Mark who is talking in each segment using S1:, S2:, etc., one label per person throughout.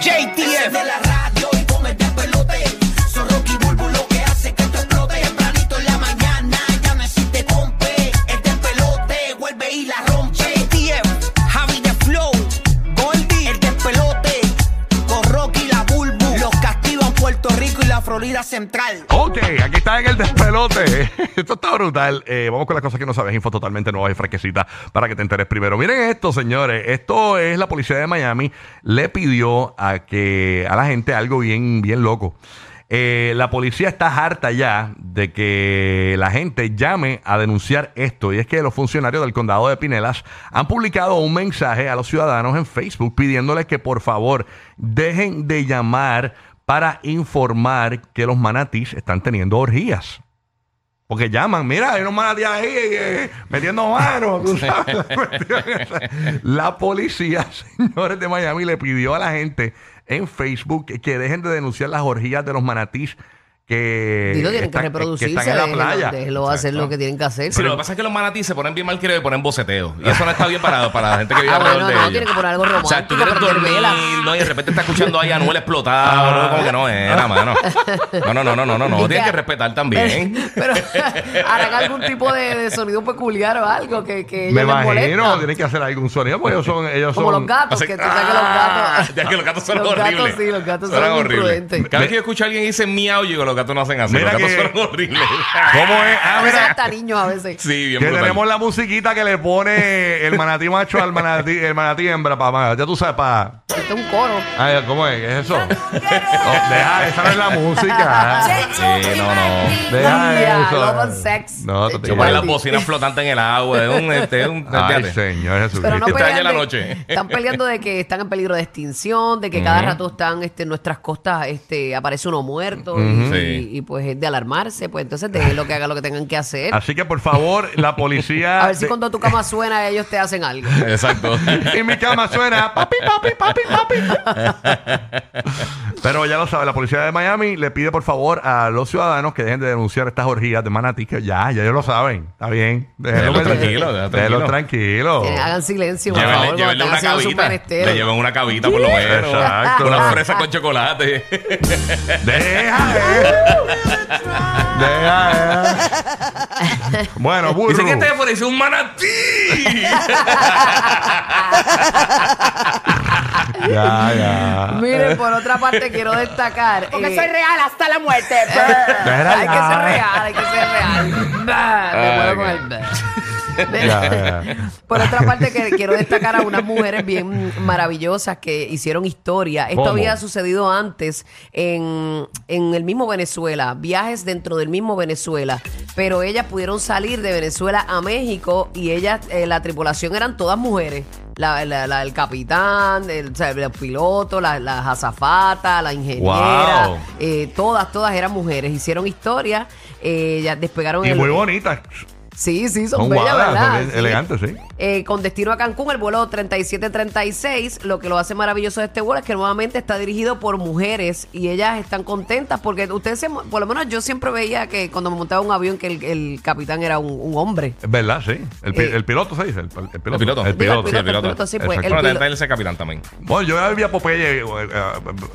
S1: KTF. de la radio y con el despelote. Son Rocky Bulbo lo que hace que esto explote. Tempranito en la mañana ya no existe compe. El despelote vuelve y la rompe. KTF, Javi de Flow, Goldie, el despelote. Con Rocky y la Bulbo. Los castigan Puerto Rico y la Florida Central.
S2: Ok, aquí está en el despelote. Esto está brutal. Eh, vamos con las cosas que no sabes, info totalmente nuevas y fresquecitas para que te enteres primero. Miren esto, señores. Esto es la policía de Miami le pidió a que a la gente algo bien, bien loco. Eh, la policía está harta ya de que la gente llame a denunciar esto. Y es que los funcionarios del condado de Pinelas han publicado un mensaje a los ciudadanos en Facebook pidiéndoles que por favor dejen de llamar para informar que los manatís están teniendo orgías. Porque llaman, mira, hay unos manatíes ahí eh, eh, metiendo manos. tú sabes. la policía, señores de Miami, le pidió a la gente en Facebook que, que dejen de denunciar las orgías de los manatís que,
S3: Digo, tienen que
S2: están, que
S3: reproducirse.
S2: están en la
S3: déjenlo-
S2: playa.
S3: déjenlo hacer lo que tienen que hacer.
S4: Sí, lo que pasa es que los manatís se ponen bien mal y ponen boceteo. Y eso no está bien parado para la gente que vive
S3: Ah,
S4: alrededor
S3: bueno,
S4: de
S3: no,
S4: ellos.
S3: tiene que poner algo
S4: O sea, tú
S3: romántico,
S4: quieres
S3: prender
S4: dormir,
S3: velas.
S4: ¿no? Y de repente está escuchando ahí a Anuel
S3: Ah.
S4: explotado, ¿no? como que no era, mano. No, no, no, no, no, no, no.
S3: Diga-
S4: Tienes que respetar también.
S3: Pero harán algún tipo de, de sonido peculiar o algo que, que
S2: Me
S3: ellos les
S2: imagino,
S3: molesta.
S2: tienen que hacer algún sonido, porque ellos son... Ellos
S3: Como
S2: son
S3: los gatos,
S4: Hacen-
S3: que tú sabes que los
S4: ¡Ah!
S3: gatos...
S4: Ya que los gatos son
S3: los
S4: horribles.
S3: Gatos, sí, los gatos son
S4: Suenan
S3: horribles.
S4: Cada vez que yo escucho a alguien y dice miau, yo digo, los gatos no hacen así.
S2: Mira
S4: los gatos
S2: que-
S4: son horribles.
S2: ¿Cómo es? Ah,
S3: A veces
S2: mira,
S3: hasta niños a veces.
S4: Sí, bien
S2: que
S4: brutal.
S2: tenemos la musiquita que le pone el manatí macho al manatí, el manatí hembra, para ya tú sabes, para...
S3: Esto es un coro.
S2: ¿Cómo es? ¿Qué es eso? No, deja, esa no es la música.
S4: Sí, no, no.
S2: Deja
S3: Yeah,
S2: eso.
S3: love and sex.
S2: No, te
S3: Yo
S4: Yo
S2: digo.
S4: pongo las bocinas flotantes en el agua. Es un... Este, es un
S2: Ay,
S4: fíjate.
S2: señor
S3: Pero no
S2: Jesucristo.
S4: Te daña
S3: pelean
S4: la
S3: de-
S4: noche.
S3: Están peleando de que están en peligro de extinción, de que cada rato están este, en nuestras costas, este, aparece uno muerto y- y,
S4: Ujú. Sí.
S3: y, pues es de alarmarse. Pues entonces de lo que hagan lo que tengan que hacer.
S2: Así que, por favor, la policía...
S3: A ver
S2: Ah,
S3: si
S2: de-
S3: cuando tu cama suena ellos te hacen algo.
S4: Exacto.
S2: y mi cama suena papi, papi, papi, papi. Pero ya lo sabe, la policía de Miami le pide por favor a los ciudadanos que dejen de denunciar estas orgías de manatí, que ya, ya ellos lo saben, está bien.
S4: Déjalo tranquilo, déjalo
S2: déjalo
S4: tranquilo.
S2: tranquilo.
S3: Que hagan silencio, por
S4: Llévenle,
S3: favor, cuando
S4: llévenle una
S3: están haciendo su
S4: cabita.
S3: menester.
S4: Le llevan una cabita por lo menos.
S2: Exacto.
S4: Una fresa con chocolate.
S2: Deja, deja. Deja, deja. Bueno, burro.
S4: Dice que te pareció un manatí.
S2: Ya, ya.
S3: Miren, por otra parte quiero destacar.
S5: Porque
S3: eh,
S5: soy real hasta la muerte.
S2: Era
S3: hay que ser
S2: ya.
S3: real, hay que ser real. Bah, Me muero con el bah.
S2: Ya, ya.
S3: Por otra parte, que quiero destacar a unas mujeres bien maravillosas que hicieron historia. Esto
S2: ¿Cómo?
S3: había sucedido antes en, en el mismo Venezuela, viajes dentro del mismo Venezuela, pero ellas pudieron salir de Venezuela a México y ellas, eh, la tripulación eran todas mujeres. La, la- la- el capitán, el, o sea, el piloto, la- las azafatas, la ingeniera,
S2: Wow.
S3: eh, todas, todas eran mujeres, hicieron historia, eh, ellas despegaron
S2: Y
S3: el-
S2: muy bonita.
S3: Sí, sí, son,
S2: Son
S3: bellas,
S2: guadas,
S3: ¿verdad?
S2: son elegantes, sí.
S3: Eh, con destino a Cancún, el vuelo 3736. Lo que lo hace maravilloso de este vuelo es que nuevamente está dirigido por mujeres y ellas están contentas porque ustedes, se- por lo menos yo siempre veía que cuando me montaba un avión que el, el capitán era un, un hombre.
S2: Es verdad, sí. El, pi-
S3: Eh.
S2: el piloto se dice. El, el piloto.
S4: El piloto.
S2: El
S3: Digo,
S2: piloto.
S4: sí, el
S3: piloto,
S4: piloto.
S3: piloto, sí, pues,
S2: Exacto.
S3: el
S4: Bueno,
S3: piloto-
S4: debe ese capitán también.
S2: Bueno, yo había Popeye eh, eh,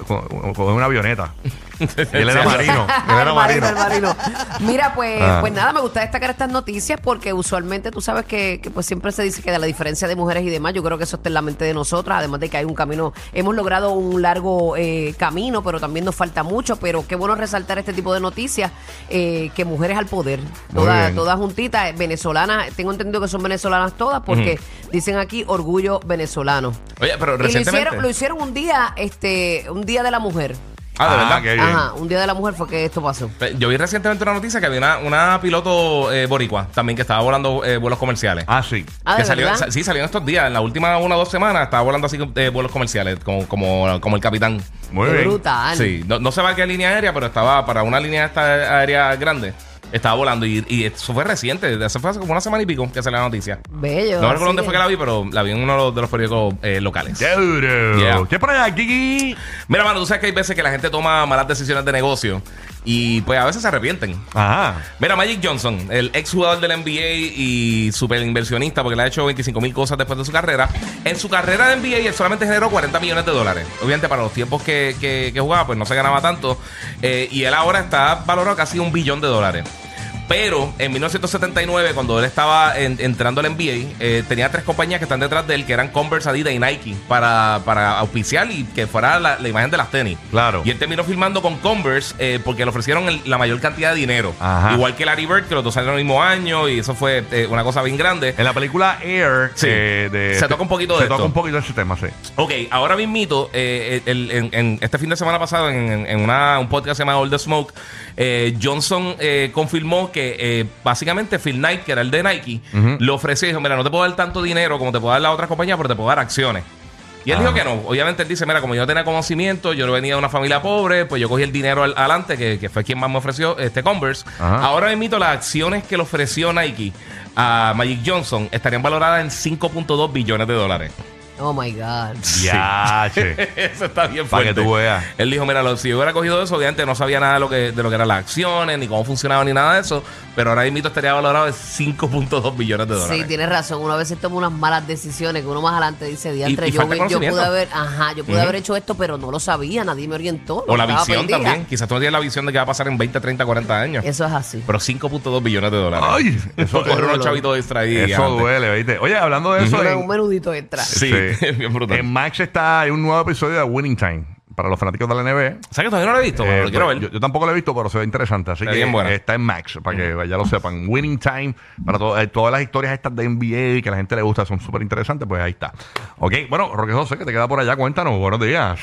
S2: con, con una avioneta. Y él era
S4: Sí,
S2: marino. Él
S3: Ah,
S2: era
S3: el marino,
S2: marino.
S3: el marino. Mira, pues,
S2: Ah.
S3: pues nada, me gusta destacar estas noticias porque usualmente tú sabes que, que, pues siempre se dice que de la diferencia de mujeres y demás, yo creo que eso está en la mente de nosotras, además de que hay un camino, hemos logrado un largo eh, camino, pero también nos falta mucho, pero qué bueno resaltar este tipo de noticias, eh, que mujeres al poder, todas,
S2: bien.
S3: todas juntitas, eh, venezolanas, tengo entendido que son venezolanas todas porque dicen aquí orgullo venezolano.
S4: Oye, pero
S3: Y lo
S4: recientemente.
S3: hicieron, lo hicieron un día, este, un día de la mujer.
S4: Ah, de verdad.
S2: qué bien.
S3: Ajá, un día de la mujer fue que esto pasó.
S4: Eh, Yo vi recientemente una noticia que había una, una piloto eh, boricua también que estaba volando eh, vuelos comerciales.
S2: Ah, sí.
S3: Ah,
S4: que
S3: ¿de
S4: salió,
S3: verdad?
S4: sa- sí, salió en estos días, en la última una o dos semanas, estaba volando así eh, vuelos comerciales, como, como, como el capitán.
S2: Muy
S3: Qué
S2: bien.
S3: brutal.
S4: Sí, no, no se va a qué línea aérea, pero estaba para una línea esta aérea grande. Estaba volando y, y eso fue reciente, eso fue hace como una semana y pico que salió la noticia.
S3: Bello.
S4: No
S3: así
S4: recuerdo dónde fue
S3: que-
S4: que la vi, pero la vi en uno de los, de los periódicos eh, locales.
S2: Duro.
S4: Yeah.
S2: ¿Qué por allá, Kiki?
S4: Mira, mano, tú sabes que hay veces que la gente toma malas decisiones de negocio Y pues a veces se arrepienten.
S2: Ajá.
S4: Mira, Magic Johnson, el exjugador del NBA y super inversionista, porque le ha hecho 25 mil cosas después de su carrera. En su carrera de NBA, él solamente generó 40 millones de dólares. Obviamente, para los tiempos que, que- que jugaba, pues no se ganaba tanto. Eh, y él ahora está valorado casi un billón de dólares. Pero en 1979, cuando él estaba en- entrando al NBA, eh, tenía tres compañías que están detrás de él, que eran Converse, Adidas y Nike, para, para auspiciar y que fuera la, la imagen de las tenis.
S2: Claro.
S4: Y él terminó firmando con Converse eh, porque le ofrecieron el- la mayor cantidad de dinero.
S2: Ajá.
S4: Igual que Larry Bird, que los dos salieron el mismo año y eso fue eh, una cosa bien grande.
S2: En la película Air
S4: Sí.
S2: eh, de-
S4: Se toca un poquito
S2: se
S4: de
S2: toca
S4: esto.
S2: un poquito ese tema, sí.
S4: Ok, ahora mismito, eh, el- en, en este fin de semana pasado, en, en- en una- un podcast llamado All the Smoke, eh, Johnson eh, confirmó que eh, básicamente Phil Knight, que era el de Nike, le ofreció y dijo, mira, no te puedo dar tanto dinero como te puedo dar la otra compañía, pero te puedo dar acciones. Y él
S2: Ajá.
S4: dijo que no. Obviamente él dice, mira, como yo no tenía conocimiento, yo no venía de una familia pobre, pues yo cogí el dinero al- adelante, que, que fue quien más me ofreció este Converse.
S2: Ajá.
S4: Ahora mismo las acciones que le ofreció Nike a Magic Johnson estarían valoradas en 5.2 billones de dólares.
S3: Oh my God.
S2: Ya, che.
S4: Eso está bien
S2: Para
S4: fuerte.
S2: que tú veas.
S4: Él dijo, mira, lo- si yo hubiera cogido eso, obviamente no sabía nada de lo que, de lo que eran las acciones, ni cómo funcionaba, ni nada de eso, pero ahora mismo estaría valorado de 5.2 billones de dólares.
S3: Sí, tienes razón. Uno a veces toma unas malas decisiones que uno más adelante dice, diantre,
S4: y
S3: yo,
S4: falta
S3: yo pude
S4: conocimiento.
S3: haber, ajá, yo pude
S4: Ujú.
S3: haber hecho esto, pero no lo sabía, nadie me orientó.
S4: o la
S3: estaba
S4: visión
S3: perdida".
S4: también. Quizás tú no tienes la visión de que va a pasar en 20, 30, 40 años.
S3: Eso ¿ah? es así.
S4: Pero 5.2 billones de dólares.
S2: Ay, eso,
S4: Por coger
S3: duele.
S4: unos chavitos distraídos.
S2: eso
S4: antes.
S2: duele, ¿viste? Oye, hablando de eso,
S3: Una-
S2: en-
S3: un menudito extra.
S4: Sí,
S2: Sí.
S4: bien brutal.
S2: En Max está hay un nuevo episodio de Winning Time para los fanáticos de la NBA.
S4: ¿Sabes que todavía no lo he visto?
S2: Eh,
S4: Bueno, lo quiero ver.
S2: Yo, yo tampoco lo he visto, pero se ve interesante. Así
S4: Está
S2: que
S4: bien buena.
S2: está en Max, para que ya lo sepan. Winning Time, para to- eh, todas las historias estas de NBA que a la gente le gusta, son súper interesantes, pues ahí está. Ok, bueno, Roque José, que te queda por allá, cuéntanos. Buenos días.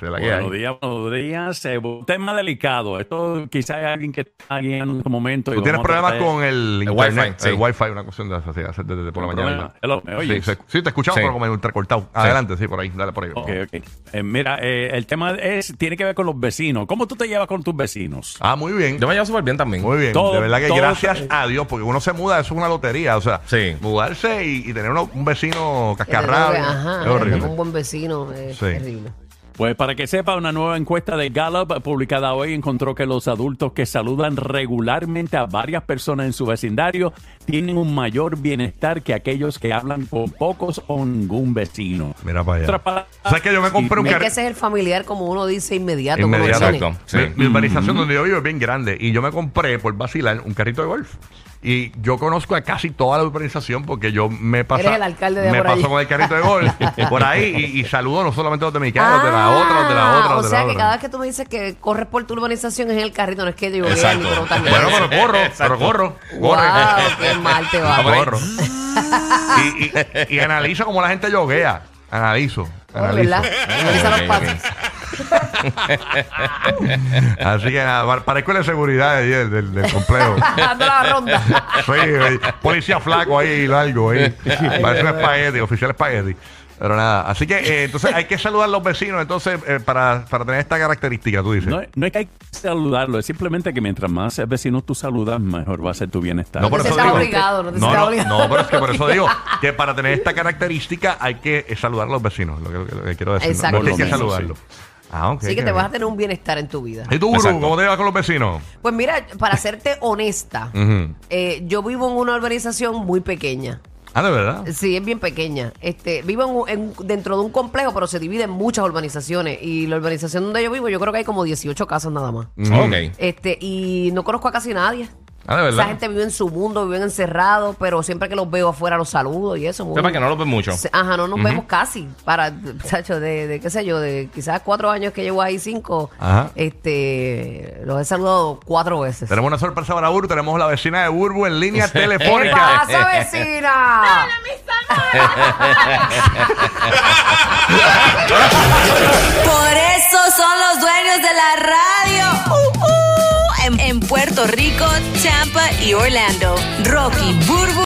S2: De la que
S5: Buenos
S2: hay.
S5: días, buenos días. Eh, un tema delicado. Esto quizá hay alguien que está aquí en este momento.
S2: Tú tienes problemas con el,
S4: El
S2: internet,
S4: wifi, sí.
S2: el wifi, una cuestión de esas, sí, hace- desde por la mañana.
S5: ¿Me
S2: Sí,
S5: oyes?
S2: se- sí, te escuchamos,
S4: Sí.
S2: pero como ultracortado. Adelante, sí, por ahí, dale por ahí.
S5: Ok, ok. Eh, mira, eh, el tema es tiene que ver con los vecinos. ¿Cómo tú te llevas con tus vecinos?
S2: Ah, muy bien.
S4: Yo me llevo súper bien también.
S2: Muy bien,
S5: Todo-
S2: de verdad que
S5: todo-
S2: gracias a Dios, porque uno se muda, eso es una lotería. O sea,
S4: Sí.
S2: mudarse y, y tener uno- un vecino
S3: Que te toque,
S2: cascarrado
S3: ajá,
S2: es
S3: que te toque
S2: horrible.
S3: un buen vecino es
S2: Sí.
S3: terrible.
S5: Pues para que sepa, una nueva encuesta de Gallup publicada hoy encontró que los adultos que saludan regularmente a varias personas en su vecindario tienen un mayor bienestar que aquellos que hablan con pocos o ningún vecino.
S2: Mira para allá.
S5: Otras palabras,
S2: ¿Sabes que yo me compré un
S5: Sí,
S3: Es
S2: carro?
S3: que ese es el familiar, como uno dice, inmediato. como
S2: Inmediato.
S3: el
S4: Exacto.
S3: nene.
S4: Sí.
S2: Mi, mi urbanización donde yo vivo es bien grande y yo me compré por vacilar un carrito de golf. Y yo conozco a casi toda la urbanización porque yo me paso.
S3: Eres el alcalde de
S2: Me
S3: por
S2: paso
S3: allí.
S2: con el carrito de golf por ahí y, y saludo no solamente a los de mi casa, los de la
S3: Ah,
S2: otra, los de la otra.
S3: O
S2: los de la
S3: sea que
S2: otra.
S3: cada vez que tú me dices que corres por tu urbanización es en el carrito, no es que yo voy al
S4: Exacto.
S3: micro también.
S2: Bueno, pero corro, pero corro, corre.
S3: Wow, qué mal te va.
S4: Hombre.
S2: Corro. y, y- y analizo como la gente yoguea. Analizo.
S3: Oh,
S2: analizo.
S3: ¿Verdad? Analiza los
S4: ok,
S3: pasos.
S2: Así que nada, pa- parezco la seguridad de ayer del, del complejo.
S3: Dando la ronda.
S2: Soy eh, policía flaco ahí, largo, ahí. Parece un espagueti, oficial espagueti. Pero nada, así que eh, entonces hay que saludar a los vecinos entonces eh, para, para tener esta característica, tú dices.
S5: No, no es que hay que saludarlo, es simplemente que mientras más vecinos tú saludas, mejor va a ser tu bienestar.
S3: No, por te
S2: eso
S3: sientas obligado, no te sientas obligado.
S2: no, pero es que por eso digo que para tener esta característica hay que eh, saludar a los vecinos, lo que, lo que quiero decir. ¿no?
S3: Exacto.
S2: No es que hay que
S5: Por lo menos,
S2: saludarlo. Ah, ok.
S3: Así que
S2: qué
S3: te vas a
S2: bien.
S3: tener un bienestar en tu vida.
S2: ¿Y tú, Guru,
S4: Exacto.
S2: cómo te llevas con los vecinos?
S3: Pues mira, para serte honesta,
S2: Ujú.
S3: eh, yo vivo en una urbanización muy pequeña.
S2: Ah, de verdad.
S3: Sí, es bien pequeña. Este, vivo en un- en- dentro de un complejo, pero se divide en muchas urbanizaciones. Y la urbanización donde yo vivo, yo creo que hay como 18 casas nada más.
S4: Ok.
S3: Este, y no conozco a casi nadie.
S2: Mm. Ah, de
S3: Esa
S2: verdad.
S3: gente vive en su mundo, viven encerrados, pero siempre que los veo afuera los saludo y eso. muy-
S4: Sepa que no lo ven mucho.
S3: Se- Ajá, no nos vemos casi. Para, Sacho, de, de qué sé yo, de quizás cuatro años que llevo ahí, cinco,
S2: Ajá.
S3: este los he saludado cuatro veces.
S2: Tenemos una sorpresa para Burbu. Tenemos la vecina de Burbu en línea
S3: ¿Qué
S2: telefónica.
S3: pasa, vecina?
S6: Por eso son los dueños de la radio. Uh, uh. En, en Puerto Rico, Tampa y Orlando. Rocky Burbu.